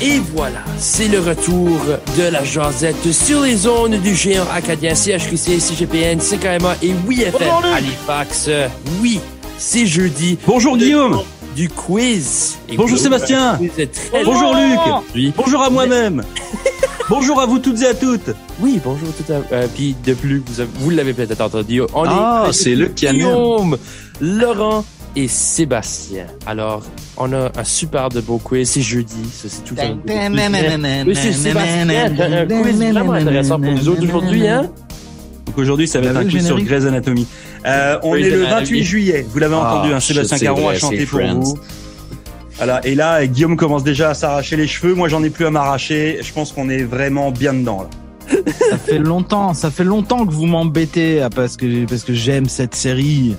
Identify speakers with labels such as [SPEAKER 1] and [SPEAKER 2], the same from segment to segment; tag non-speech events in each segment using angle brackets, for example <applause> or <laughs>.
[SPEAKER 1] Et voilà, c'est le retour de la jasette sur les zones du géant acadien CHQC, CGPN, CKMA et WeFM
[SPEAKER 2] Bonjour, Luc.
[SPEAKER 1] Halifax. Oui, c'est jeudi.
[SPEAKER 3] Bonjour Guillaume
[SPEAKER 1] Du quiz. Et
[SPEAKER 3] Bonjour
[SPEAKER 1] oui,
[SPEAKER 3] Sébastien
[SPEAKER 1] le quiz est très long
[SPEAKER 3] Bonjour Luc
[SPEAKER 1] aujourd'hui.
[SPEAKER 3] Bonjour à moi-même <laughs> Bonjour à vous toutes et à toutes
[SPEAKER 1] Oui, bonjour tout à euh, Puis de plus, vous, avez- vous l'avez peut-être entendu. On
[SPEAKER 3] Ah,
[SPEAKER 1] avec
[SPEAKER 3] c'est Luc qui anime.
[SPEAKER 1] Guillaume, Laurent et Sébastien. Alors, on a un superbe beau quiz. C'est jeudi. ça, C'est tout un beau quiz. Oui, c'est Sébastien. T'as un quiz vraiment intéressant pour nous autres aujourd'hui, hein?
[SPEAKER 3] Donc aujourd'hui, ça va
[SPEAKER 4] T'as
[SPEAKER 3] être un
[SPEAKER 4] vu le
[SPEAKER 3] quiz sur
[SPEAKER 4] générique
[SPEAKER 3] Grey's Anatomy. Euh, on
[SPEAKER 1] Grey's
[SPEAKER 3] est le
[SPEAKER 1] Anatomy.
[SPEAKER 3] 28 juillet, vous l'avez
[SPEAKER 4] Ah,
[SPEAKER 3] entendu, hein,
[SPEAKER 4] je
[SPEAKER 3] Sébastien
[SPEAKER 4] sais,
[SPEAKER 3] Caron a
[SPEAKER 4] Grey's
[SPEAKER 3] chanté
[SPEAKER 4] et
[SPEAKER 3] pour
[SPEAKER 4] Friends.
[SPEAKER 3] vous. Voilà, et là, Guillaume commence déjà à s'arracher les cheveux, moi j'en ai plus à m'arracher, je pense qu'on est vraiment bien dedans là.
[SPEAKER 4] Ça fait longtemps, ça fait longtemps que vous m'embêtez ah, parce que parce que j'aime cette série.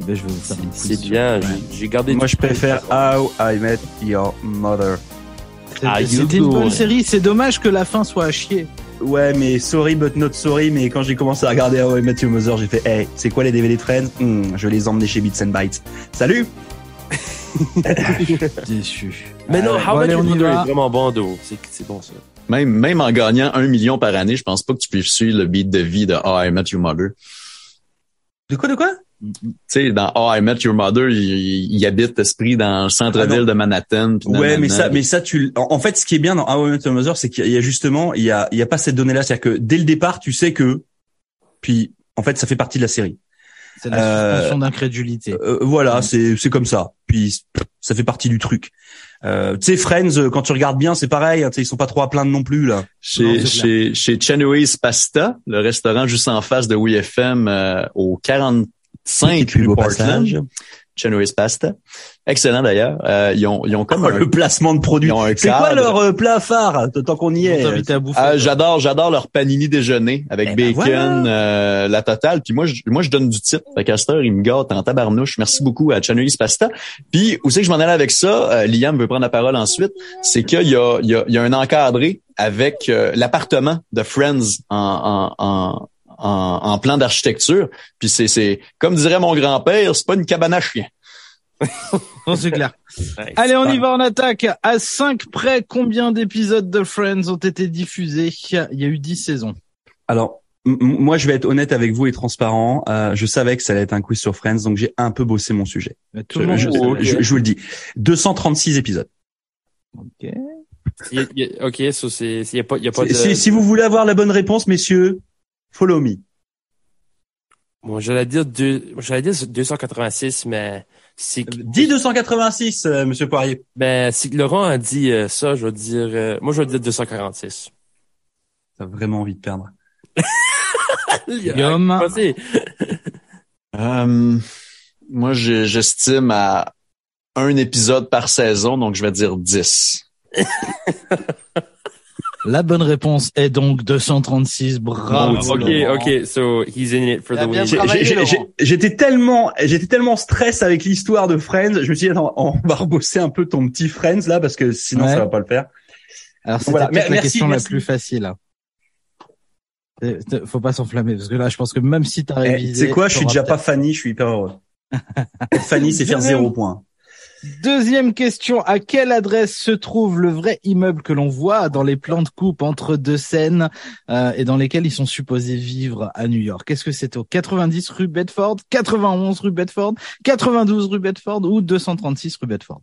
[SPEAKER 4] Eh ben, je vais vous faire une
[SPEAKER 1] C'est
[SPEAKER 4] quiz.
[SPEAKER 1] bien.
[SPEAKER 4] Ouais.
[SPEAKER 1] j'ai- J'ai gardé.
[SPEAKER 3] Moi
[SPEAKER 1] du-
[SPEAKER 3] je préfère How I Met Your Mother.
[SPEAKER 1] Ah,
[SPEAKER 4] C'était-
[SPEAKER 1] you
[SPEAKER 4] C'était une
[SPEAKER 1] go.
[SPEAKER 4] bonne série. C'est dommage que la fin soit
[SPEAKER 1] <laughs>
[SPEAKER 4] à chier.
[SPEAKER 3] Ouais, mais sorry but not sorry, mais quand j'ai commencé à regarder How I Met Your Mother, j'ai fait, hey, c'est quoi les DVD de Friends Hmm, Je vais les emmener chez Bits and Bytes. Salut
[SPEAKER 4] Déçu.
[SPEAKER 1] Mais non, How
[SPEAKER 4] Ouais, bon,
[SPEAKER 1] Much
[SPEAKER 4] allez,
[SPEAKER 1] Your
[SPEAKER 4] on y
[SPEAKER 1] Mother
[SPEAKER 4] va.
[SPEAKER 1] est vraiment bon, dos. C'est c'est bon, ça.
[SPEAKER 5] Même, même en gagnant un million par année, je pense pas que tu puisses suivre le beat de vie de How I Met Your Mother.
[SPEAKER 3] De quoi, de quoi
[SPEAKER 5] Tu sais, dans How I Met Your Mother, il, il- il habite esprit dans le
[SPEAKER 3] Ah
[SPEAKER 5] centre-ville
[SPEAKER 3] non.
[SPEAKER 5] de Manhattan. puis
[SPEAKER 3] Ouais,
[SPEAKER 5] nanana.
[SPEAKER 3] mais ça, mais ça, tu. l- En en fait, ce qui est bien dans How I Met Your Mother, c'est qu'il y a justement, il y a, il y a pas cette donnée-là, c'est-à-dire que dès le départ, tu sais que, puis, en fait, ça fait partie de la série.
[SPEAKER 4] C'est la
[SPEAKER 3] Euh,
[SPEAKER 4] suspension d'incrédulité.
[SPEAKER 3] Euh, voilà,
[SPEAKER 5] Mm.
[SPEAKER 3] c'est, c'est comme ça. Puis, ça fait partie du truc. Euh, tu sais, Friends, euh, quand tu regardes bien, c'est pareil. hein, tu sais, ils sont pas trop à plaindre non plus là.
[SPEAKER 5] Chez, chez, chez Chenui's Pasta, le restaurant juste en face de WFM euh, au 45
[SPEAKER 3] Petite pub au
[SPEAKER 5] rue Portland.
[SPEAKER 3] passage.
[SPEAKER 5] Chenui's Pasta. Excellent d'ailleurs. Euh, ils, ont, ils ont comme
[SPEAKER 3] Oh, <laughs>
[SPEAKER 5] un-
[SPEAKER 3] le placement de produit.
[SPEAKER 5] ils ont un
[SPEAKER 3] C'est quoi
[SPEAKER 5] cadre.
[SPEAKER 3] leur euh, plat phare Tant qu'on y
[SPEAKER 4] On
[SPEAKER 3] est.
[SPEAKER 4] t'invite à bouffer.
[SPEAKER 5] Ah, j'adore, j'adore leur panini déjeuner avec
[SPEAKER 3] Eh ben
[SPEAKER 5] bacon,
[SPEAKER 3] voilà.
[SPEAKER 5] euh, la totale. Puis moi, je, moi, je donne du type. Fait qu'à cette heure, il me gâte en tabarnouche. Merci beaucoup à Chanuis Pasta. Puis où c'est que je m'en allais avec ça Euh, Liam veut prendre la parole ensuite. C'est qu'il y a, il y, a, il y a un encadré avec euh, l'appartement de Friends en, en, en en, en plan d'architecture, puis c'est, c'est comme dirait mon grand-père, c'est pas une cabane à chien.
[SPEAKER 4] Non, c'est clair. <laughs> Allez, on y va, on attaque. À 5 près, combien d'épisodes de Friends ont été diffusés Il y a eu 10 saisons.
[SPEAKER 3] Alors, m- m- moi, je vais être honnête avec vous et transparent. Euh, je savais que ça allait être un quiz sur Friends, donc j'ai un peu bossé mon sujet.
[SPEAKER 4] Mais tout
[SPEAKER 3] Je,
[SPEAKER 4] le monde
[SPEAKER 3] je-
[SPEAKER 4] le savait.
[SPEAKER 3] je- je vous le dis. 236 épisodes.
[SPEAKER 1] Il y a- il y a- ok, ça, c'est, il y a pas, il y a pas de...
[SPEAKER 3] Si, si- si vous voulez avoir la bonne réponse, messieurs, follow
[SPEAKER 4] Euh,
[SPEAKER 3] me.
[SPEAKER 1] Bon, j'allais dire deux, j'allais dire 286, mais c'est,
[SPEAKER 3] Dis 286, euh, monsieur Poirier.
[SPEAKER 1] ben, si Laurent a dit euh, ça, je vais dire, euh, moi, je vais dire 246.
[SPEAKER 3] T'as vraiment envie de perdre.
[SPEAKER 4] Guillaume.
[SPEAKER 1] Ah, vas-y.
[SPEAKER 5] Euh, moi, je- j'estime à un épisode par saison, donc je vais dire 10.
[SPEAKER 4] La bonne réponse est donc 236. Bravo.
[SPEAKER 1] ok,
[SPEAKER 4] Laurent.
[SPEAKER 1] ok, so he's in it for
[SPEAKER 4] Il a
[SPEAKER 1] the
[SPEAKER 4] bien
[SPEAKER 1] win.
[SPEAKER 3] J'ai- j'ai- j'ai- j'ai- J'étais tellement, j'étais tellement stress avec l'histoire de Friends. Je me suis dit, attends, on va rebosser un peu ton petit Friends là, parce que sinon,
[SPEAKER 4] Ouais.
[SPEAKER 3] ça va pas le faire.
[SPEAKER 4] Alors c'était
[SPEAKER 3] Voilà.
[SPEAKER 4] peut-être
[SPEAKER 3] Mer-
[SPEAKER 4] la
[SPEAKER 3] merci,
[SPEAKER 4] question
[SPEAKER 3] merci.
[SPEAKER 4] la plus facile. hein. Euh, t- Faut pas s'enflammer parce que là, je pense que même si t'as
[SPEAKER 3] Eh,
[SPEAKER 4] révisé,
[SPEAKER 3] C'est quoi? Je suis
[SPEAKER 4] t'auras
[SPEAKER 3] déjà pas Fanny, je suis hyper heureux. Être Fanny, c'est faire zéro point.
[SPEAKER 4] peut-être- Deuxième question à quelle adresse se trouve le vrai immeuble que l'on voit dans les plans de coupe entre deux scènes euh, et dans lesquels ils sont supposés vivre à New York Qu'est-ce que c'est au 90 rue Bedford, 91 rue Bedford, 92 rue Bedford ou 236 rue Bedford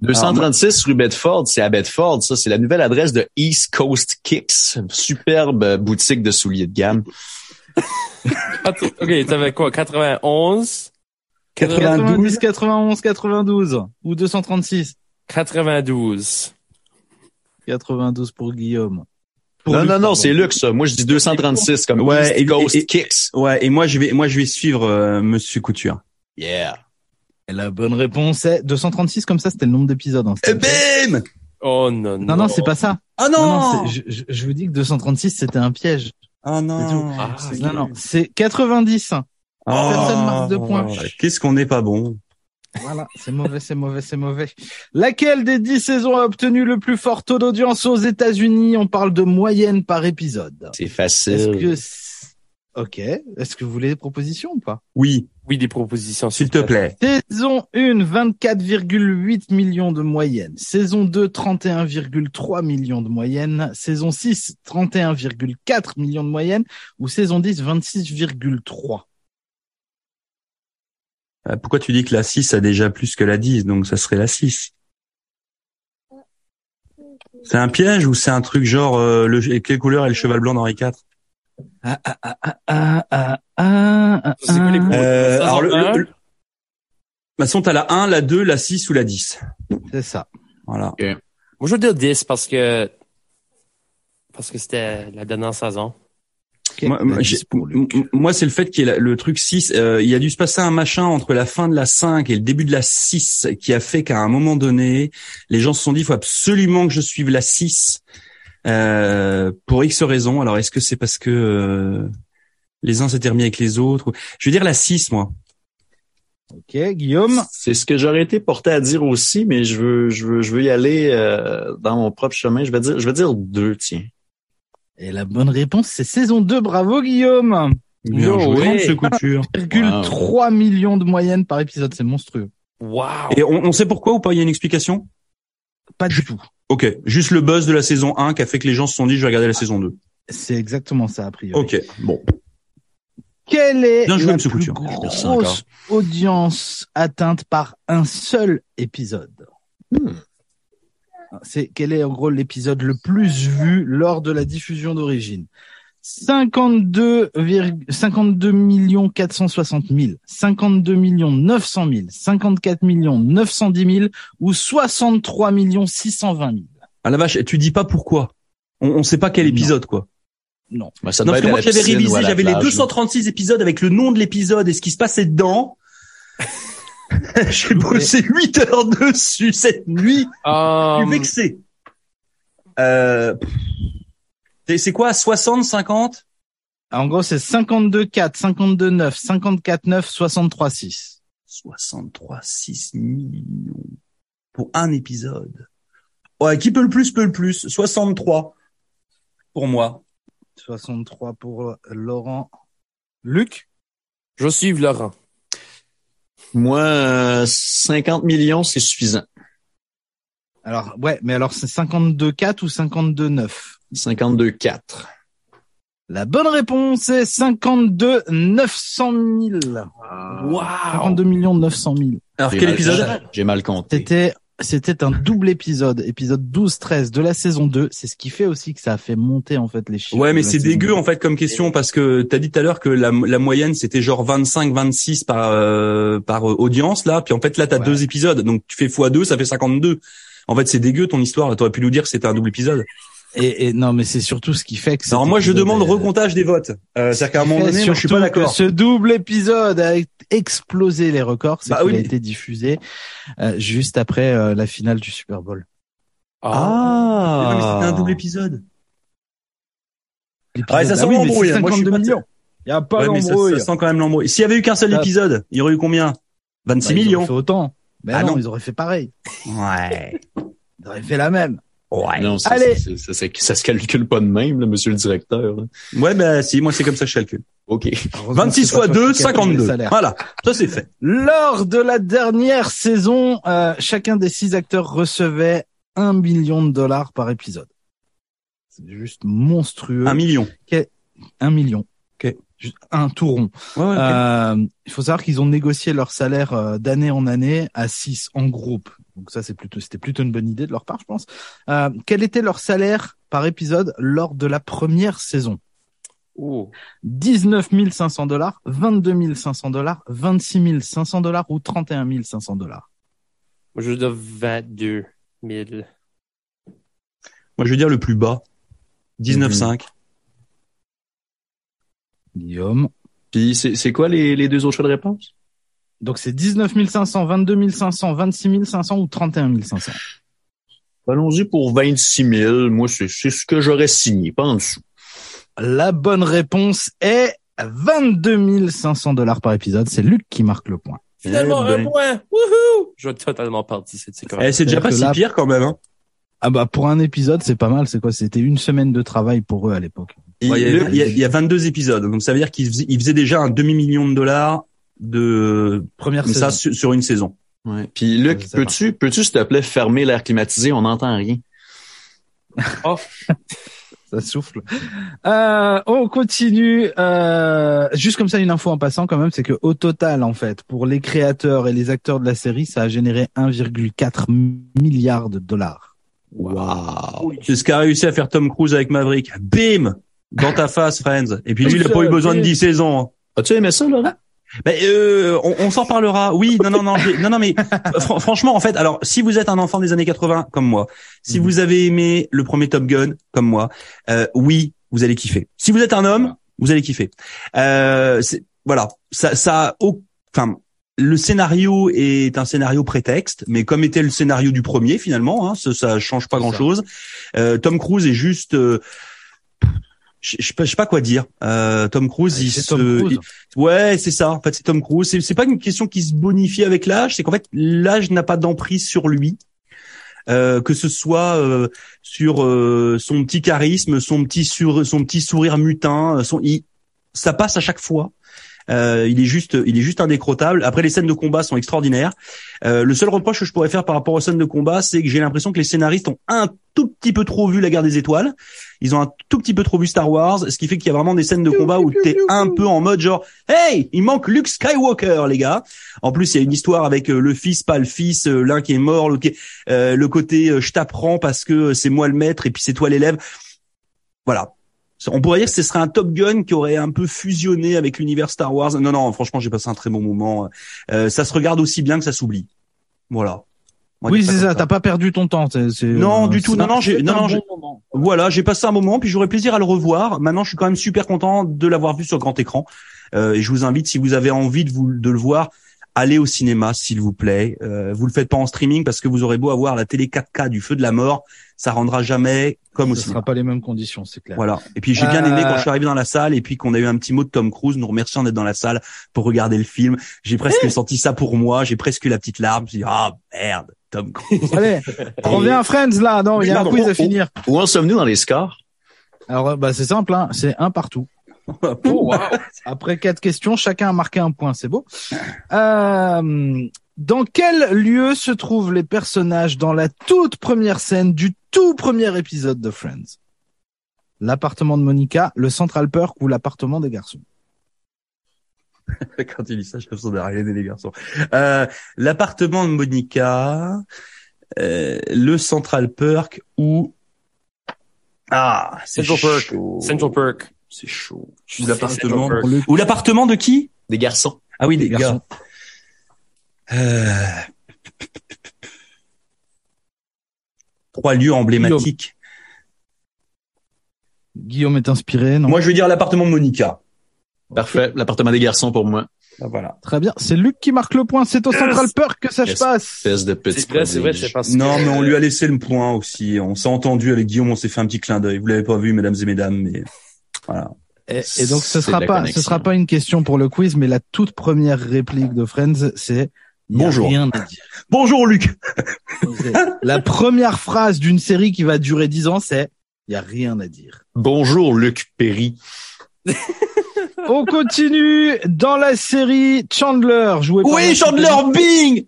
[SPEAKER 5] 236 rue Bedford, c'est à Bedford, ça. C'est la nouvelle adresse de East Coast Kicks, superbe euh, boutique de souliers de gamme.
[SPEAKER 1] Quatre- Ok, t'avais quoi, 91,
[SPEAKER 4] 90,
[SPEAKER 3] 92.
[SPEAKER 4] 91, 92 ou 236
[SPEAKER 1] 92.
[SPEAKER 4] 92 pour Guillaume. Pour
[SPEAKER 5] Non,
[SPEAKER 4] Luc,
[SPEAKER 5] non, non,
[SPEAKER 4] pardon.
[SPEAKER 5] c'est luxe, ça. Moi, je dis 236 comme
[SPEAKER 3] Ouais,
[SPEAKER 5] East
[SPEAKER 3] et-
[SPEAKER 5] Coast
[SPEAKER 3] et- et-
[SPEAKER 5] Kicks.
[SPEAKER 3] Ouais, et moi je vais moi je vais suivre euh, monsieur Couture.
[SPEAKER 5] Yeah.
[SPEAKER 4] Et la bonne réponse est 236, comme ça c'était le nombre d'épisodes. hein.
[SPEAKER 5] Eh ben,
[SPEAKER 3] Et bim
[SPEAKER 1] Oh, non, non.
[SPEAKER 4] Non, non, c'est pas ça.
[SPEAKER 3] Ah
[SPEAKER 4] Non,
[SPEAKER 3] non
[SPEAKER 4] non, c'est- je, je- je vous dis que 236 c'était un piège.
[SPEAKER 3] Ah non
[SPEAKER 1] Ah, c'est-
[SPEAKER 4] Non, non, c'est 90.
[SPEAKER 3] Ah.
[SPEAKER 4] Personne marque de points.
[SPEAKER 3] Qu'est-ce qu'on n'est pas bon
[SPEAKER 4] Voilà, c'est mauvais, c'est mauvais, c'est mauvais. Laquelle des 10 saisons a obtenu le plus fort taux d'audience aux États-Unis On parle de moyenne par épisode.
[SPEAKER 5] C'est
[SPEAKER 4] Est-ce
[SPEAKER 5] facile.
[SPEAKER 4] que... c'est- Ok, est-ce que vous voulez des propositions ou pas
[SPEAKER 3] Oui,
[SPEAKER 1] Oui, des propositions.
[SPEAKER 3] S'il te plaît.
[SPEAKER 4] Saison 1, 24,8 millions de moyenne. Saison 2, 31,3 millions de moyenne. Saison 6, 31,4 millions de moyenne. Ou saison 10, 26,3.
[SPEAKER 3] Euh, Pourquoi tu dis que la 6 a déjà plus que la 10, donc ça serait la 6 C'est un piège ou c'est un truc genre euh, le, quelle couleur est le cheval blanc d'Henri IV
[SPEAKER 4] Ah, ah, ah, ah, ah, ah, ah, ah,
[SPEAKER 1] C'est quoi les
[SPEAKER 4] ah.
[SPEAKER 1] propositions
[SPEAKER 3] Euh,
[SPEAKER 1] Saison
[SPEAKER 3] alors le,
[SPEAKER 1] un.
[SPEAKER 3] le- le- De toute façon, t'as la 1, la 2, la 6 ou la 10.
[SPEAKER 4] C'est ça.
[SPEAKER 3] Voilà.
[SPEAKER 1] Moi, je veux dire 10 parce que, parce que c'était la dernière saison.
[SPEAKER 4] bah,
[SPEAKER 3] Moi, moi, j'ai- m- m- moi, c'est le fait qu'il y ait la- le truc 6, euh, il y a dû se passer un machin entre la fin de la 5 et le début de la 6 qui a fait qu'à un moment donné, les gens se sont dit, il faut absolument que je suive la 6 euh, pour X raison. Alors, est-ce que c'est parce que euh, les uns s'étaient remis avec les autres ou- Je veux dire la 6, moi.
[SPEAKER 4] Ok, Guillaume.
[SPEAKER 5] C'est ce que j'aurais été porté à dire aussi, mais je veux, je veux, je veux y aller euh, dans mon propre chemin. Je vais dire, je vais dire deux, tiens.
[SPEAKER 4] Et la bonne réponse, c'est saison 2. Bravo, Guillaume.
[SPEAKER 3] Bien
[SPEAKER 1] No
[SPEAKER 3] joué.
[SPEAKER 1] way.
[SPEAKER 3] Grande secouture.
[SPEAKER 4] 1,3 millions de moyenne par épisode. C'est monstrueux.
[SPEAKER 1] Wow!
[SPEAKER 3] Et euh, on, on sait pourquoi ou pas Il y a une explication
[SPEAKER 4] Pas du tout.
[SPEAKER 3] Ok, juste le buzz de la saison 1 qui a fait que les gens se sont dit, je vais regarder la saison 2.
[SPEAKER 4] C'est exactement ça, a priori.
[SPEAKER 3] Ok, bon.
[SPEAKER 4] Quelle est
[SPEAKER 3] Bien joué,
[SPEAKER 4] la
[SPEAKER 3] monsieur
[SPEAKER 4] plus
[SPEAKER 3] Couture. hein.
[SPEAKER 5] Je perds
[SPEAKER 4] grosse
[SPEAKER 5] ça encore.
[SPEAKER 4] audience atteinte par un seul épisode C'est quel est en gros l'épisode le plus vu lors de la diffusion d'origine 52, virg- 52 millions 460 000, 52 millions 900 000, 54 millions 910 000 ou 63 millions 620 000.
[SPEAKER 3] À la vache, tu dis pas pourquoi. On, on sait pas quel
[SPEAKER 4] Non.
[SPEAKER 3] épisode, quoi.
[SPEAKER 4] Non.
[SPEAKER 5] Ben, ça
[SPEAKER 3] Non, parce
[SPEAKER 5] devait
[SPEAKER 3] que
[SPEAKER 5] être à
[SPEAKER 3] moi
[SPEAKER 5] la
[SPEAKER 3] j'avais
[SPEAKER 5] piscine ou à
[SPEAKER 3] révisé,
[SPEAKER 5] la
[SPEAKER 3] j'avais les
[SPEAKER 5] plage,
[SPEAKER 3] 236 épisodes avec le nom de l'épisode et ce qui se passait
[SPEAKER 5] <laughs>
[SPEAKER 3] dedans. J'ai bossé 8 heures dessus cette nuit, je
[SPEAKER 1] Euh,
[SPEAKER 3] suis vexé. Euh, pff. C'est- c'est quoi, 60, 50
[SPEAKER 4] En gros, c'est 52 4, 52 9, 54 9, 63 6.
[SPEAKER 3] 63, 6 millions pour un épisode. Ouais, qui peut le plus, peut le plus. 63 pour moi.
[SPEAKER 4] 63 pour euh, Laurent. Luc
[SPEAKER 1] je vais suivre Laurent.
[SPEAKER 5] là. Moi, euh, 50 millions, c'est suffisant.
[SPEAKER 4] Alors, ouais, mais alors c'est 52-4 ou 52-9
[SPEAKER 5] 52,4.
[SPEAKER 4] La bonne réponse est 52 900 000.
[SPEAKER 1] Wow!
[SPEAKER 4] 52 millions 900 000.
[SPEAKER 3] Alors
[SPEAKER 5] J'ai
[SPEAKER 3] quel
[SPEAKER 5] mal-
[SPEAKER 3] épisode
[SPEAKER 5] J'ai mal compté.
[SPEAKER 4] C'était, c'était un double épisode, épisode 12-13 de la saison 2. C'est ce qui fait aussi que ça a fait monter, en fait, les chiffres.
[SPEAKER 3] Ouais, mais
[SPEAKER 4] de la
[SPEAKER 3] c'est
[SPEAKER 4] saison
[SPEAKER 3] dégueu
[SPEAKER 4] 2.
[SPEAKER 3] en fait comme question parce que t'as dit tout à l'heure que la, la moyenne c'était genre 25, 26 par euh, par euh, audience là, puis en fait là t'as
[SPEAKER 4] Ouais.
[SPEAKER 3] deux épisodes, donc tu fais fois deux, ça fait 52. En fait, c'est dégueu ton histoire. là. T'aurais pu nous dire que c'était un double épisode.
[SPEAKER 4] Et, et non, mais c'est surtout ce qui fait que.
[SPEAKER 3] Alors
[SPEAKER 4] cet
[SPEAKER 3] moi, je
[SPEAKER 4] épisode
[SPEAKER 3] demande
[SPEAKER 4] est-
[SPEAKER 3] recomptage des votes. Euh, C'est-à-dire qu'à un moment
[SPEAKER 4] fait
[SPEAKER 3] donné, moi, je suis pas
[SPEAKER 4] surtout
[SPEAKER 3] d'accord.
[SPEAKER 4] que Ce double épisode a explosé les records. C'est
[SPEAKER 3] Bah
[SPEAKER 4] qu'il
[SPEAKER 3] oui.
[SPEAKER 4] a été diffusé euh, juste après euh, la finale du Super Bowl.
[SPEAKER 1] Ah!
[SPEAKER 3] Mais non, mais
[SPEAKER 5] Ah!
[SPEAKER 3] c'était un double épisode.
[SPEAKER 4] L'épisode-
[SPEAKER 3] Ouais, ça sent
[SPEAKER 4] Bah oui, mais c'est
[SPEAKER 3] l'embrouille, hein. Moi, je suis
[SPEAKER 4] 52
[SPEAKER 3] pas-
[SPEAKER 4] millions. Il y a pas
[SPEAKER 3] Ouais, mais ça,
[SPEAKER 4] d'embrouille.
[SPEAKER 3] ça sent quand même l'embrouille. S'il y avait eu qu'un seul
[SPEAKER 4] Ça-
[SPEAKER 3] épisode, il y aurait eu combien
[SPEAKER 4] Bah, ils
[SPEAKER 3] 26
[SPEAKER 4] auraient
[SPEAKER 3] millions.
[SPEAKER 4] fait autant. Mais
[SPEAKER 3] Ah
[SPEAKER 4] non,
[SPEAKER 3] non.
[SPEAKER 4] ils auraient fait pareil.
[SPEAKER 3] Ouais.
[SPEAKER 4] Ils auraient fait la même.
[SPEAKER 3] Ouais.
[SPEAKER 5] Non, ça,
[SPEAKER 4] Allez.
[SPEAKER 5] ça, ça, ça- ça se calcule pas de même, là, monsieur le directeur. là.
[SPEAKER 3] Ouais, bah si, moi c'est comme ça que je calcule.
[SPEAKER 5] OK.
[SPEAKER 4] Heureusement
[SPEAKER 3] 26
[SPEAKER 4] que c'est pas
[SPEAKER 3] fois
[SPEAKER 4] toi
[SPEAKER 3] 2,
[SPEAKER 4] qui calcule les
[SPEAKER 3] 52.
[SPEAKER 4] salaires.
[SPEAKER 3] Voilà, ça c'est fait.
[SPEAKER 4] Lors de la dernière saison, euh, chacun des six acteurs recevait un million de dollars par épisode. C'est juste monstrueux.
[SPEAKER 3] Un million.
[SPEAKER 4] Un million.
[SPEAKER 3] Ok.
[SPEAKER 4] Juste un tout rond.
[SPEAKER 3] Ouais, ouais, ok.
[SPEAKER 4] Euh, il faut savoir qu'ils ont négocié leur salaire euh, d'année en année à 6 en groupe. Donc ça, c'est plutôt, c'était plutôt une bonne idée de leur part, je pense. Euh, quel était leur salaire par épisode lors de la première saison
[SPEAKER 1] Oh.
[SPEAKER 4] 19 500 dollars, 22 500 dollars, 26 500 dollars ou 31 500 dollars
[SPEAKER 1] Moi, je veux dire 22 000.
[SPEAKER 3] Moi, je veux dire le plus bas. 19,5.
[SPEAKER 4] Guillaume.
[SPEAKER 5] Puis c'est c'est quoi les, les deux autres choix de réponse?
[SPEAKER 4] Donc c'est 19 500, 22 500, 26 500 ou 31 500
[SPEAKER 5] Allons-y pour 26 000. Moi, c'est c'est ce que j'aurais signé, pas en dessous.
[SPEAKER 4] La bonne réponse est 22 500 dollars par épisode. C'est Luc qui marque le point.
[SPEAKER 1] Finalement,
[SPEAKER 5] Eh ben.
[SPEAKER 1] un point! Wouhou! Je vais totalement parti, c'est c'est correct.
[SPEAKER 3] Eh, c'est déjà pas si
[SPEAKER 4] Là-
[SPEAKER 3] pire quand même. Hein.
[SPEAKER 4] Ah bah pour un épisode, c'est pas mal. C'est quoi C'était une semaine de travail pour eux à l'époque.
[SPEAKER 5] Et
[SPEAKER 3] Ouais, Il y, a-
[SPEAKER 5] le-
[SPEAKER 3] il y a- il y a 22 épisodes, donc ça veut dire qu'ils faisaient, ils faisaient déjà un demi-million de dollars de
[SPEAKER 4] Première
[SPEAKER 3] mais
[SPEAKER 4] saison.
[SPEAKER 3] ça su- sur une saison.
[SPEAKER 5] Ouais. Puis Luc,
[SPEAKER 4] Ouais, ça
[SPEAKER 5] peux-tu, peux-tu s'il te plaît fermer l'air climatisé On n'entend rien.
[SPEAKER 4] Ça souffle. Euh, on continue. Euh, juste comme ça, une info en passant quand même, c'est que au total, en fait, pour les créateurs et les acteurs de la série, ça a généré 1,4 milliard de dollars.
[SPEAKER 5] Wow.
[SPEAKER 3] C'est ce qu'a réussi à faire Tom Cruise avec Maverick. Bim dans ta face, Friends. Et puis lui, il a pas eu besoin de 10 saisons. hein.
[SPEAKER 5] As-tu aimé ça, Laurent?
[SPEAKER 3] Ben, euh, on, on s'en parlera. Oui, non, non, non, j'ai- non, non, mais euh, fran- franchement, en fait, alors si vous êtes un enfant des années 80 comme moi, si
[SPEAKER 4] Mhm.
[SPEAKER 3] vous avez aimé le premier Top Gun comme moi, euh, oui, vous allez kiffer. Si vous êtes un homme, vous allez kiffer. Euh, c'est- voilà, ça, ça, a au- enfin, le scénario est un scénario prétexte, mais comme était le scénario du premier finalement, hein, ça, ça change pas
[SPEAKER 5] C'est
[SPEAKER 3] grand chose. Tom Cruise est juste, euh, je je sais pas, je sais pas quoi dire. Euh, Tom Cruise, il
[SPEAKER 4] C'est
[SPEAKER 3] se,
[SPEAKER 4] Bah, Tom Cruise.
[SPEAKER 3] euh, il- Ouais, c'est ça. En fait, c'est Tom Cruise. C'est, c'est pas une question qui se bonifie avec l'âge, c'est qu'en fait l'âge n'a pas d'emprise sur lui. Euh, que ce soit euh, sur euh, son petit charisme, son petit sur, son petit sourire mutin, euh, son il- ça passe à chaque fois. Euh, il est juste, il est juste indécrottable. Après, les scènes de combat sont extraordinaires. Euh, le seul reproche que je pourrais faire par rapport aux scènes de combat, c'est que j'ai l'impression que les scénaristes ont un tout petit peu trop vu la guerre des étoiles. Ils ont un tout petit peu trop vu Star Wars, ce qui fait qu'il y a vraiment des scènes de combat où t'es un peu en mode genre, hey, il manque Luke Skywalker, les gars. En plus, il y a une histoire avec euh, le fils, pas le fils, euh, l'un qui est mort, l'autre qui est- euh, le côté euh, je t'apprends parce que c'est moi le maître et puis c'est toi l'élève. Voilà. On pourrait dire que ce serait un Top Gun qui aurait un peu fusionné avec l'univers Star Wars. Non, non, franchement, j'ai passé un très bon moment. Euh, ça se regarde aussi bien que ça s'oublie. Voilà. On va
[SPEAKER 4] Oui,
[SPEAKER 3] dire
[SPEAKER 4] c'est
[SPEAKER 3] comme
[SPEAKER 4] ça. T'as pas perdu ton temps. c'est- c'est-
[SPEAKER 3] Non,
[SPEAKER 4] euh,
[SPEAKER 3] du tout.
[SPEAKER 4] c'est
[SPEAKER 3] Non,
[SPEAKER 4] un-
[SPEAKER 3] non, j'ai-
[SPEAKER 4] c'est
[SPEAKER 3] non,
[SPEAKER 4] un
[SPEAKER 3] non,
[SPEAKER 4] bon
[SPEAKER 3] j'ai-
[SPEAKER 4] moment.
[SPEAKER 3] voilà, j'ai passé un moment, puis j'aurais plaisir à le revoir. Maintenant, je suis quand même super content de l'avoir vu sur grand écran. Euh, et je vous invite, si vous avez envie de, vous, de le voir, allez au cinéma, s'il vous plaît. Euh, vous le faites pas en streaming parce que vous aurez beau avoir la télé 4K du feu de la mort, ça rendra jamais comme au
[SPEAKER 4] Ce
[SPEAKER 3] cinéma.
[SPEAKER 4] sera pas les mêmes conditions, c'est clair.
[SPEAKER 3] Voilà. Et puis j'ai bien aimé
[SPEAKER 4] Euh,
[SPEAKER 3] quand je suis arrivé dans la salle et puis qu'on a eu un petit mot de Tom Cruise nous remerciant d'être dans la salle pour regarder le film. J'ai
[SPEAKER 4] Mmh.
[SPEAKER 3] presque senti ça pour moi. J'ai presque eu la petite larme. J'ai dit ah merde, Tom Cruise. <laughs>
[SPEAKER 4] Allez, on revient à Friends là. Non, il y a un
[SPEAKER 3] Pardon.
[SPEAKER 4] quiz à
[SPEAKER 5] Oh.
[SPEAKER 4] finir.
[SPEAKER 5] Où en sommes-nous dans les scores?
[SPEAKER 4] Alors, euh, bah, c'est simple. Hein. C'est un partout. Après quatre questions, chacun a marqué un point, c'est beau. Euh, dans quel lieu se trouvent les personnages dans la toute première scène du tout premier épisode de Friends L'appartement de Monica, le Central Perk ou l'appartement des garçons
[SPEAKER 3] <laughs> Quand il dit ça, je me sens derrière les garçons. Euh, L'appartement de Monica, euh, le Central Perk ou ah c'est
[SPEAKER 1] Central Perk.
[SPEAKER 3] chaud.
[SPEAKER 1] Oh. Central Perk.
[SPEAKER 5] C'est chaud.
[SPEAKER 1] Je
[SPEAKER 3] Ou l'appartement.
[SPEAKER 1] Central Perk.
[SPEAKER 3] Ou l'appartement de qui
[SPEAKER 5] Des garçons.
[SPEAKER 3] Ah oui,
[SPEAKER 4] Des
[SPEAKER 3] des
[SPEAKER 4] garçons.
[SPEAKER 3] gars. Euh, Trois lieux emblématiques.
[SPEAKER 4] Guillaume est inspiré, non
[SPEAKER 3] Moi, je vais dire l'appartement de Monica.
[SPEAKER 5] Parfait. L'appartement des garçons pour moi.
[SPEAKER 3] Ah, Voilà.
[SPEAKER 4] Très bien, c'est Luc qui marque le point, c'est au Central Perk que ça se
[SPEAKER 5] Yes.
[SPEAKER 4] passe
[SPEAKER 5] Fesse de petit
[SPEAKER 1] C'est vrai, c'est vrai,
[SPEAKER 5] prodige.
[SPEAKER 1] c'est parce que.
[SPEAKER 3] Non, mais on lui a laissé le point aussi. On s'est entendu avec Guillaume, on s'est fait un petit clin d'œil. Vous l'avez pas vu, mesdames et mesdames, mais
[SPEAKER 4] et, et donc ce
[SPEAKER 5] C'est
[SPEAKER 4] sera
[SPEAKER 5] de la
[SPEAKER 4] pas ce
[SPEAKER 5] connexion.
[SPEAKER 4] sera pas une question pour le quiz mais la toute première réplique de Friends c'est y a
[SPEAKER 3] Bonjour.
[SPEAKER 4] rien à dire.
[SPEAKER 3] bonjour Luc.
[SPEAKER 4] La première phrase d'une série qui va durer 10 ans, c'est il y a rien à dire.
[SPEAKER 5] Bonjour, Luc Perry.
[SPEAKER 4] On continue dans la série Chandler, joué par
[SPEAKER 3] Oui, Chandler Bing.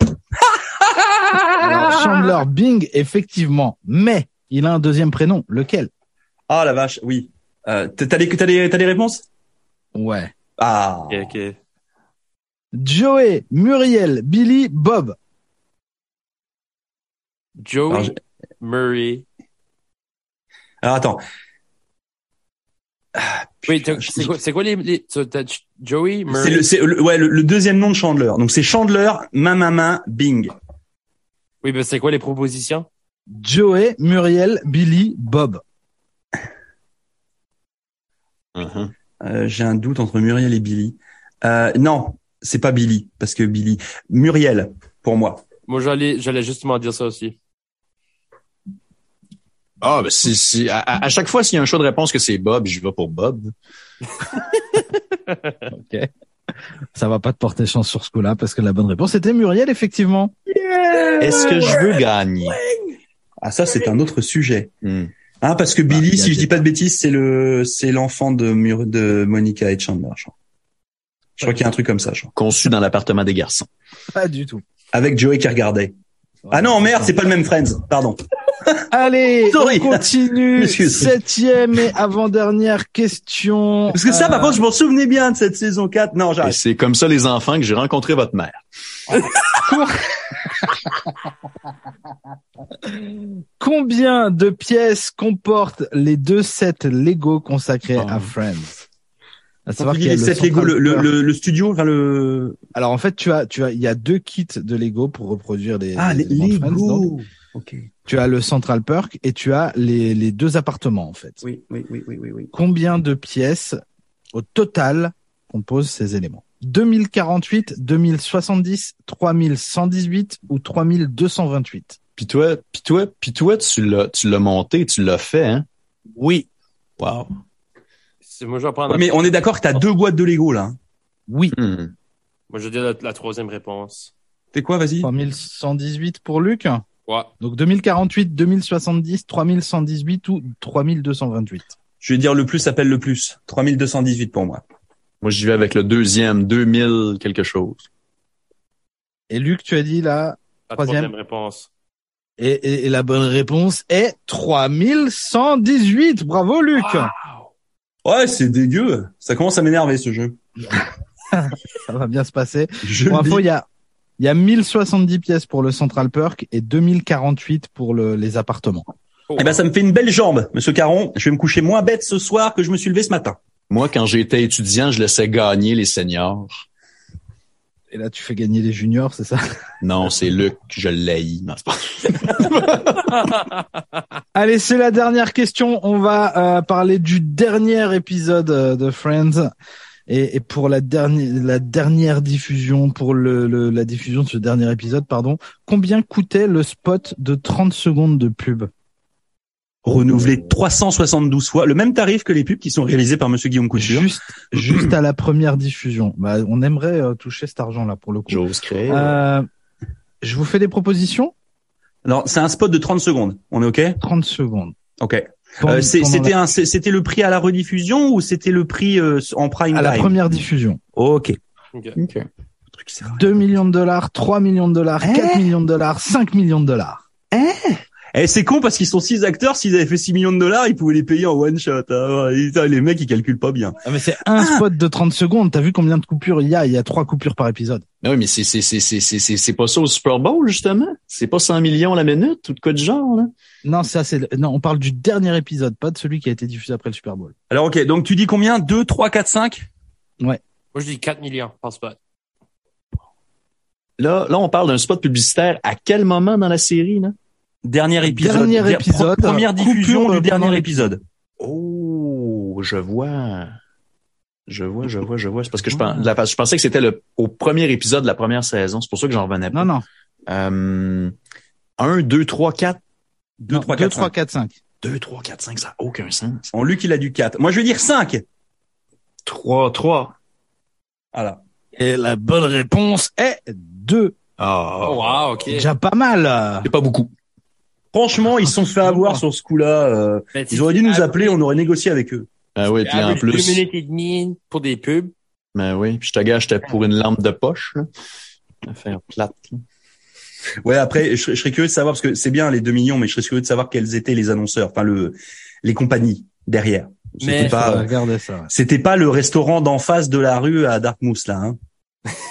[SPEAKER 4] Alors, Chandler Bing effectivement, mais il a un deuxième prénom, lequel
[SPEAKER 3] Ah la vache, oui. Euh, t'as t'as les, t'as les, t'as les réponses
[SPEAKER 4] Ouais.
[SPEAKER 3] Ah.
[SPEAKER 1] Ok, ok.
[SPEAKER 4] Joey, Muriel, Billy, Bob.
[SPEAKER 1] Joey
[SPEAKER 3] Alors, je-
[SPEAKER 1] Murray.
[SPEAKER 3] Alors attends.
[SPEAKER 1] Wait, t'as-
[SPEAKER 3] je-
[SPEAKER 1] c'est quoi, c'est quoi les, les so t'as Ch- Joey Murray?
[SPEAKER 3] C'est le, c'est le- ouais, le, le deuxième nom de Chandler. Donc c'est Chandler, main, main, main, Bing.
[SPEAKER 1] Oui, mais c'est quoi les propositions?
[SPEAKER 4] Joey, Muriel, Billy, Bob.
[SPEAKER 5] Mhm.
[SPEAKER 3] Euh, J'ai un doute entre Muriel et Billy. Euh, non, c'est pas Billy parce que Billy. Muriel pour moi.
[SPEAKER 1] Moi, j'allais, j'allais justement dire ça aussi.
[SPEAKER 5] Ah, ben si, si. À, à- à chaque fois, s'il y a un choix de réponse que c'est Bob, j'y vais pour Bob.
[SPEAKER 4] Ça va pas te porter chance sur ce coup-là parce que la bonne réponse était Muriel effectivement.
[SPEAKER 5] Est-ce que je veux gagner?
[SPEAKER 3] Ah ça c'est un autre sujet.
[SPEAKER 5] Hmm.
[SPEAKER 3] Hein, parce que
[SPEAKER 4] Bah,
[SPEAKER 3] Billy,
[SPEAKER 4] il y a
[SPEAKER 3] si je
[SPEAKER 4] des-
[SPEAKER 3] dis pas de bêtises, c'est le c'est l'enfant de Mur de Monica et de Chandler. je crois. Je crois qu'il y a un truc comme ça, je crois.
[SPEAKER 5] Conçu dans l'appartement des garçons.
[SPEAKER 4] Pas du tout.
[SPEAKER 3] Avec Joey qui regardait. Ah non, merde, c'est pas le même Friends. Pardon.
[SPEAKER 4] Allez,
[SPEAKER 3] Sorry.
[SPEAKER 4] on
[SPEAKER 3] <laughs>
[SPEAKER 4] continue.
[SPEAKER 3] Excuse.
[SPEAKER 4] Septième et avant-dernière question.
[SPEAKER 3] Parce que ça,
[SPEAKER 4] Euh,
[SPEAKER 3] par contre, je m'en souvenais bien de cette saison 4. Non,
[SPEAKER 5] Et
[SPEAKER 3] j'arrête.
[SPEAKER 5] c'est comme ça, les enfants, que j'ai rencontré votre mère.
[SPEAKER 4] Combien de pièces comportent les deux sets Lego consacrés
[SPEAKER 5] Oh.
[SPEAKER 4] à Friends À
[SPEAKER 3] Quand
[SPEAKER 4] savoir
[SPEAKER 3] tu
[SPEAKER 4] qu'il y
[SPEAKER 3] dis
[SPEAKER 4] a
[SPEAKER 3] les
[SPEAKER 4] le
[SPEAKER 3] sept Lego,
[SPEAKER 4] Central
[SPEAKER 3] le, le,
[SPEAKER 4] Perk.
[SPEAKER 3] le- le studio, enfin le...
[SPEAKER 4] Alors en fait, tu as, tu as, il y a deux kits de Lego pour reproduire les.
[SPEAKER 3] Ah, les
[SPEAKER 4] éléments de Friends, donc.
[SPEAKER 3] Lego. Ok.
[SPEAKER 4] tu as le Central Perk et tu as les, les deux appartements en fait.
[SPEAKER 3] Oui, oui, oui, oui, oui, oui.
[SPEAKER 4] Combien de pièces au total composent ces éléments 2048, 2070, 3118 ou 3228
[SPEAKER 5] Puis toi, puis toi, puis toi, tu l'as, tu l'as monté, tu l'as fait, hein?
[SPEAKER 4] Oui,
[SPEAKER 5] Wow.
[SPEAKER 1] C'est- Moi, je vais prendre.
[SPEAKER 3] Mais on est d'accord que t'as deux boîtes de Lego, là. hein.
[SPEAKER 4] oui.
[SPEAKER 5] Hmm.
[SPEAKER 1] Moi, je vais dire la, la troisième réponse.
[SPEAKER 3] T'es quoi, vas-y?
[SPEAKER 4] 3118 pour Luc.
[SPEAKER 1] Ouais.
[SPEAKER 4] Donc 2048, 2070, 3118 ou 3228.
[SPEAKER 3] Je vais dire le plus s'appelle le plus. 3218 pour moi.
[SPEAKER 5] Moi, j'y vais avec le deuxième, 2000 quelque chose.
[SPEAKER 4] Et Luc, tu as dit là.
[SPEAKER 1] La
[SPEAKER 4] Troisième.
[SPEAKER 1] troisième, réponse.
[SPEAKER 4] Et, et- et la bonne réponse est 3118. Bravo Luc.
[SPEAKER 3] Ouais, c'est dégueu. Ça commence à m'énerver, ce jeu.
[SPEAKER 4] Ça va bien se passer.
[SPEAKER 3] Je
[SPEAKER 4] Pour
[SPEAKER 3] le
[SPEAKER 4] info,
[SPEAKER 3] dis.
[SPEAKER 4] il y a, il y a 1070 pièces pour le Central Perk et 2048 pour le- les appartements.
[SPEAKER 1] Oh.
[SPEAKER 3] Eh ben, ça me fait une belle jambe, monsieur Caron. Je vais me coucher moins bête ce soir que je me suis levé ce matin.
[SPEAKER 5] Moi, quand j'étais étudiant, je laissais gagner les seniors.
[SPEAKER 4] Et là, tu fais gagner les juniors, c'est ça
[SPEAKER 5] Non, c'est Luc, je l'ai. Non, c'est pas-
[SPEAKER 4] Allez, c'est la dernière question. On va euh, parler du dernier épisode euh, de Friends. Et, et pour la dernière, la dernière diffusion, pour le, le- la diffusion de ce dernier épisode, pardon, combien coûtait le spot de 30 secondes de pub
[SPEAKER 3] Renouvelé 372 fois, le même tarif que les pubs qui sont réalisées par monsieur Guillaume Couture.
[SPEAKER 4] juste, juste à la première diffusion bah, On aimerait euh, toucher cet argent-là pour le coup.
[SPEAKER 5] J'ose créer.
[SPEAKER 4] Euh, je vous fais des propositions.
[SPEAKER 3] Alors, c'est un spot de 30 secondes. On est OK?
[SPEAKER 4] 30 secondes.
[SPEAKER 3] OK.
[SPEAKER 4] Pendant-
[SPEAKER 3] Euh, c'est-
[SPEAKER 4] pendant
[SPEAKER 3] c'était
[SPEAKER 4] la-
[SPEAKER 3] un, c'est- c'était le prix à la rediffusion ou c'était le prix euh, en prime
[SPEAKER 4] à la
[SPEAKER 3] time
[SPEAKER 4] première diffusion.
[SPEAKER 3] Ok.
[SPEAKER 1] Ok.
[SPEAKER 5] OK.
[SPEAKER 4] 2 millions de dollars, 3 millions de dollars,
[SPEAKER 3] Hein
[SPEAKER 4] 4 millions de dollars, 5 millions de dollars.
[SPEAKER 3] Eh, c'est con parce qu'ils sont six acteurs. S'ils avaient fait 6 millions de dollars, ils pouvaient les payer en one shot. hein. Ouais, putain, Les mecs, ils calculent pas bien.
[SPEAKER 4] Ah, mais c'est un spot de 30 secondes. T'as vu combien de coupures il y a Il y a trois coupures par épisode.
[SPEAKER 5] Non, Ah mais c'est, c'est, c'est, c'est, c'est, c'est, c'est pas ça au Super Bowl, justement. C'est pas 100 millions la minute ou de quoi de genre, là.
[SPEAKER 4] Non, ça c'est le- non, on parle du dernier épisode, pas de celui qui a été diffusé après le Super Bowl.
[SPEAKER 3] Alors, ok. Donc, tu dis combien 2, 3, 4, 5
[SPEAKER 1] Moi, je dis 4 millions par spot.
[SPEAKER 5] Là, là, on parle d'un spot publicitaire. À quel moment dans la série, là?
[SPEAKER 3] Dernier épisode.
[SPEAKER 4] Dernier
[SPEAKER 3] Der-
[SPEAKER 4] épisode.
[SPEAKER 3] pre- Première
[SPEAKER 4] Coupure
[SPEAKER 3] diffusion
[SPEAKER 4] de-
[SPEAKER 3] du dernier épisode.
[SPEAKER 5] Oh, je vois. Je vois, je vois, je vois. C'est parce
[SPEAKER 4] <laughs>
[SPEAKER 5] que je, pense, la- je pensais que c'était le, au premier épisode de la première saison. C'est pour ça que j'en revenais pas.
[SPEAKER 4] Non, non.
[SPEAKER 5] Euh, 1, 2, 3, 4.
[SPEAKER 3] 2, 3,
[SPEAKER 4] 2,
[SPEAKER 3] 4,
[SPEAKER 4] 3,
[SPEAKER 3] 5.
[SPEAKER 4] 4, 5.
[SPEAKER 5] 2, 3, 4, 5, ça n'a aucun sens.
[SPEAKER 3] En Luc, il a du 4. Moi, je vais dire 5.
[SPEAKER 5] 3, 3.
[SPEAKER 3] Voilà.
[SPEAKER 4] Et la bonne réponse est 2.
[SPEAKER 5] Ah,
[SPEAKER 1] Oh, wow, ok.
[SPEAKER 4] Déjà pas mal.
[SPEAKER 5] c'est pas beaucoup.
[SPEAKER 3] Franchement, ils se sont fait avoir sur ce coup-là. euh,
[SPEAKER 1] Mais tu-
[SPEAKER 3] Ils auraient dû nous
[SPEAKER 1] Ah,
[SPEAKER 3] appeler, on aurait négocié avec eux.
[SPEAKER 5] Ah oui,
[SPEAKER 1] tu
[SPEAKER 5] puis en
[SPEAKER 1] avais Deux
[SPEAKER 5] plus,
[SPEAKER 1] minutes et demie pour des pubs.
[SPEAKER 5] ben oui, puis je te gâche, j'étais pour une lampe de poche. là. Affaire plate. là.
[SPEAKER 3] Ouais, après, je, serais- je serais curieux de savoir, parce que c'est bien les 2 millions, mais je serais curieux de savoir quels étaient les annonceurs, enfin le, les compagnies derrière. C'était
[SPEAKER 1] Mais-
[SPEAKER 3] pas, euh,
[SPEAKER 4] Regardez ça. ouais.
[SPEAKER 3] c'était pas le restaurant d'en face de la rue à Dartmouth, là. Hein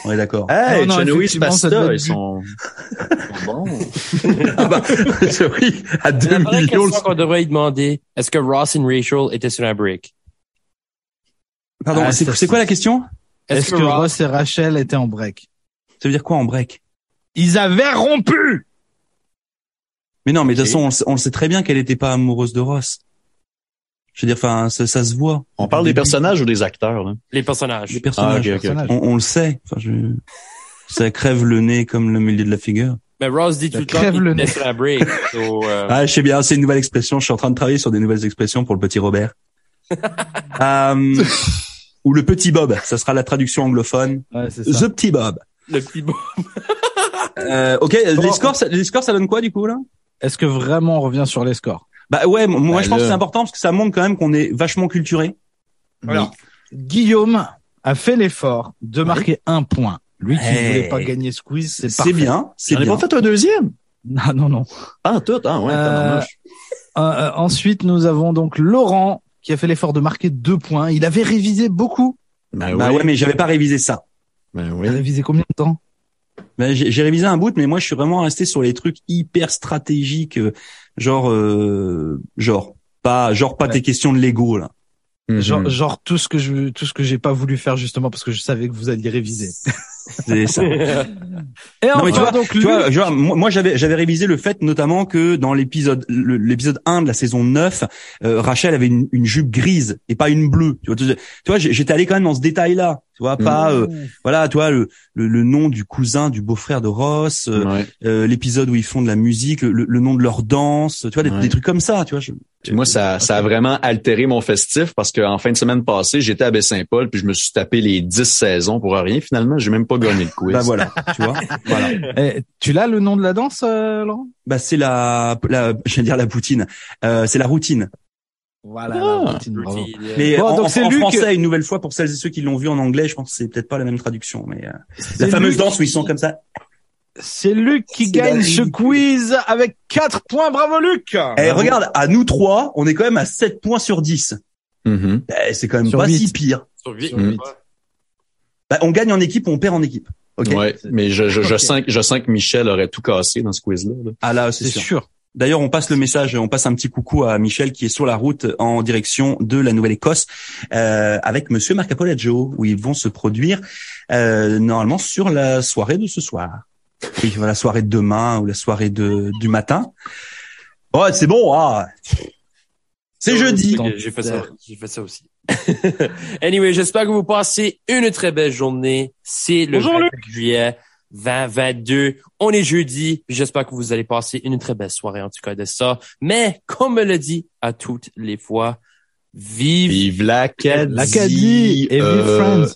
[SPEAKER 3] on est d'accord.
[SPEAKER 5] Hey,
[SPEAKER 4] Ah, non,
[SPEAKER 5] Chanoïs
[SPEAKER 4] effectivement, ça doit
[SPEAKER 5] Pasta,
[SPEAKER 4] être
[SPEAKER 5] ils
[SPEAKER 4] du-
[SPEAKER 5] sont, ils <laughs> sont bons.
[SPEAKER 3] <laughs> ah bah, oui, à
[SPEAKER 1] La
[SPEAKER 3] 2
[SPEAKER 1] vraie
[SPEAKER 3] millions.
[SPEAKER 1] question qu'on devrait y demander, est-ce que Ross and Rachel étaient sur un break?
[SPEAKER 3] Pardon,
[SPEAKER 4] Ah,
[SPEAKER 3] c'est
[SPEAKER 4] ça,
[SPEAKER 3] c'est quoi la question
[SPEAKER 1] Est-ce
[SPEAKER 4] Est-ce que Ross et Rachel étaient en break
[SPEAKER 3] Ça veut dire quoi en break
[SPEAKER 4] Ils avaient rompu
[SPEAKER 3] Mais non, mais de toute façon, on le sait- on, le sait très bien qu'elle était pas amoureuse de Ross. Je veux dire, enfin, ça, ça se voit.
[SPEAKER 5] On parle des personnages ou des acteurs, hein? là?
[SPEAKER 1] les personnages?
[SPEAKER 3] Les personnages.
[SPEAKER 5] ok, ok.
[SPEAKER 4] Personnage.
[SPEAKER 3] on, on le sait. Enfin, je... Ça crève le nez comme le milieu de la figure.
[SPEAKER 1] Mais Ben, Ross dit tout
[SPEAKER 4] Ça
[SPEAKER 1] le temps
[SPEAKER 4] crève
[SPEAKER 1] qu'il
[SPEAKER 4] le
[SPEAKER 1] était
[SPEAKER 4] nez.
[SPEAKER 1] sur un break. <laughs> So, euh,
[SPEAKER 3] Ah, je sais bien, c'est une nouvelle expression. Je suis en train de travailler sur des nouvelles expressions pour le petit Robert. Euh, ou le petit Bob. Ça sera la traduction anglophone.
[SPEAKER 4] Ouais, c'est ça.
[SPEAKER 3] The petit Bob.
[SPEAKER 1] le petit bon.
[SPEAKER 3] Euh, ok, les
[SPEAKER 4] Bon.
[SPEAKER 3] scores, ça- les scores, ça donne quoi du coup là
[SPEAKER 4] Est-ce que vraiment on revient sur les scores
[SPEAKER 3] Bah ouais, m- moi
[SPEAKER 5] Bah,
[SPEAKER 3] je pense
[SPEAKER 5] là. Ah.
[SPEAKER 3] que c'est important parce que ça montre quand même qu'on est vachement culturé.
[SPEAKER 1] Voilà.
[SPEAKER 4] Guillaume a fait l'effort de marquer un point. Lui qui ne
[SPEAKER 3] Hey.
[SPEAKER 4] voulait pas gagner ce quiz, c'est
[SPEAKER 3] C'est
[SPEAKER 4] parfait. <laughs>
[SPEAKER 3] bien, c'est
[SPEAKER 5] J'en ai
[SPEAKER 3] bien.
[SPEAKER 5] pas fait un deuxième.
[SPEAKER 4] Non, non, non.
[SPEAKER 5] Pas en tout, hein, ouais,
[SPEAKER 4] Euh,
[SPEAKER 5] tabarnouche.
[SPEAKER 4] Euh, euh, ensuite, nous avons donc Laurent qui a fait l'effort de marquer deux points. Il avait révisé beaucoup.
[SPEAKER 5] Ben,
[SPEAKER 3] Bah
[SPEAKER 5] oui.
[SPEAKER 3] ouais, mais j'avais pas révisé ça.
[SPEAKER 5] Ben
[SPEAKER 4] Il
[SPEAKER 5] oui.
[SPEAKER 4] a révisé combien de temps
[SPEAKER 3] Ben, j'ai j'ai révisé un bout, mais moi je suis vraiment resté sur les trucs hyper stratégiques, euh, genre, euh, genre pas, genre pas
[SPEAKER 4] Ouais.
[SPEAKER 3] tes questions de Lego là.
[SPEAKER 5] Mhm.
[SPEAKER 4] genre, genre tout ce que je tout ce que j'ai pas voulu faire justement parce que je savais que vous alliez réviser.
[SPEAKER 3] C'est ça.
[SPEAKER 4] Et
[SPEAKER 3] Non,
[SPEAKER 4] enfin,
[SPEAKER 3] mais tu vois,
[SPEAKER 4] donc
[SPEAKER 3] tu vois, euh, je vois, moi, moi, j'avais j'avais révisé le fait notamment que dans l'épisode le- l'épisode 1 de la saison 9, euh, Rachel avait une, une jupe grise et pas une bleue. Tu vois, tu, tu vois, j'ai- j'étais allé quand même dans ce détail là. Tu vois,
[SPEAKER 4] Mm.
[SPEAKER 3] pas euh, voilà, tu vois le, le le nom du cousin du beau-frère de Ross, euh,
[SPEAKER 5] Ouais.
[SPEAKER 3] euh, l'épisode où ils font de la musique, le, le nom de leur danse, tu vois des,
[SPEAKER 5] Ouais.
[SPEAKER 3] des trucs comme ça, tu vois. je-
[SPEAKER 5] Puis moi, ça, ça a vraiment altéré mon festif parce qu'en fin de semaine passée, j'étais à Baie-Saint-Paul puis je me suis tapé les 10 saisons pour rien. Finalement, j'ai même pas gagné le quiz.
[SPEAKER 3] Bah voilà, tu
[SPEAKER 4] <laughs>
[SPEAKER 3] vois. Voilà.
[SPEAKER 4] <laughs> Eh, tu l'as le nom de la danse, euh, Laurent
[SPEAKER 3] Bah c'est la, la, je vais dire la poutine. Euh, c'est la routine.
[SPEAKER 4] Voilà.
[SPEAKER 5] Ah,
[SPEAKER 4] la routine, bravo.
[SPEAKER 1] euh,
[SPEAKER 3] Mais
[SPEAKER 4] Bon,
[SPEAKER 3] en,
[SPEAKER 4] donc
[SPEAKER 3] en-
[SPEAKER 4] c'est
[SPEAKER 3] en
[SPEAKER 4] Luc.
[SPEAKER 3] français, une nouvelle fois, pour celles et ceux qui l'ont vu en anglais, je pense que c'est peut-être pas la même traduction. Mais euh, la
[SPEAKER 4] Luc
[SPEAKER 3] fameuse danse où ils sont comme ça.
[SPEAKER 4] C'est Luc qui
[SPEAKER 3] C'est la
[SPEAKER 4] gagne ce
[SPEAKER 3] ridicule.
[SPEAKER 4] quiz avec 4 points. Bravo Luc
[SPEAKER 3] Eh regarde, à nous trois, on est quand même à 7 points sur 10.
[SPEAKER 5] Mhm.
[SPEAKER 3] Eh, c'est quand même
[SPEAKER 4] Sur
[SPEAKER 3] pas
[SPEAKER 4] huit.
[SPEAKER 3] si pire.
[SPEAKER 1] Sur huit.
[SPEAKER 5] Mm.
[SPEAKER 3] Bah, on gagne en équipe, on perd en équipe. Ok.
[SPEAKER 5] Ouais, mais je, je, je,
[SPEAKER 4] Ok.
[SPEAKER 5] sens, que- je sens que Michel aurait tout cassé dans ce quiz-là. là.
[SPEAKER 3] Ah là, c'est
[SPEAKER 4] C'est
[SPEAKER 3] sûr.
[SPEAKER 4] sûr.
[SPEAKER 3] D'ailleurs, on passe le message, on passe un petit coucou à Michel qui est sur la route en direction de la Nouvelle-Écosse euh, avec Monsieur Marcapoleggio, où ils vont se produire euh, normalement sur la soirée de ce soir. Oui, la soirée de demain ou la soirée de du matin. Oh, c'est bon, ah. C'est jeudi.
[SPEAKER 1] Oh, Ok, J'ai fait ça. J'ai fait ça aussi. <laughs> anyway, j'espère que vous passez une très belle journée. C'est le
[SPEAKER 4] Bonjour,
[SPEAKER 1] 24 juillet 2022. On est jeudi. J'espère que vous allez passer une très belle soirée, en tout cas, de ça. Mais, comme me le dit à toutes les fois, vive
[SPEAKER 5] Vive l'Acadie!
[SPEAKER 4] L'Acadie et vive
[SPEAKER 5] Euh,
[SPEAKER 4] Friends.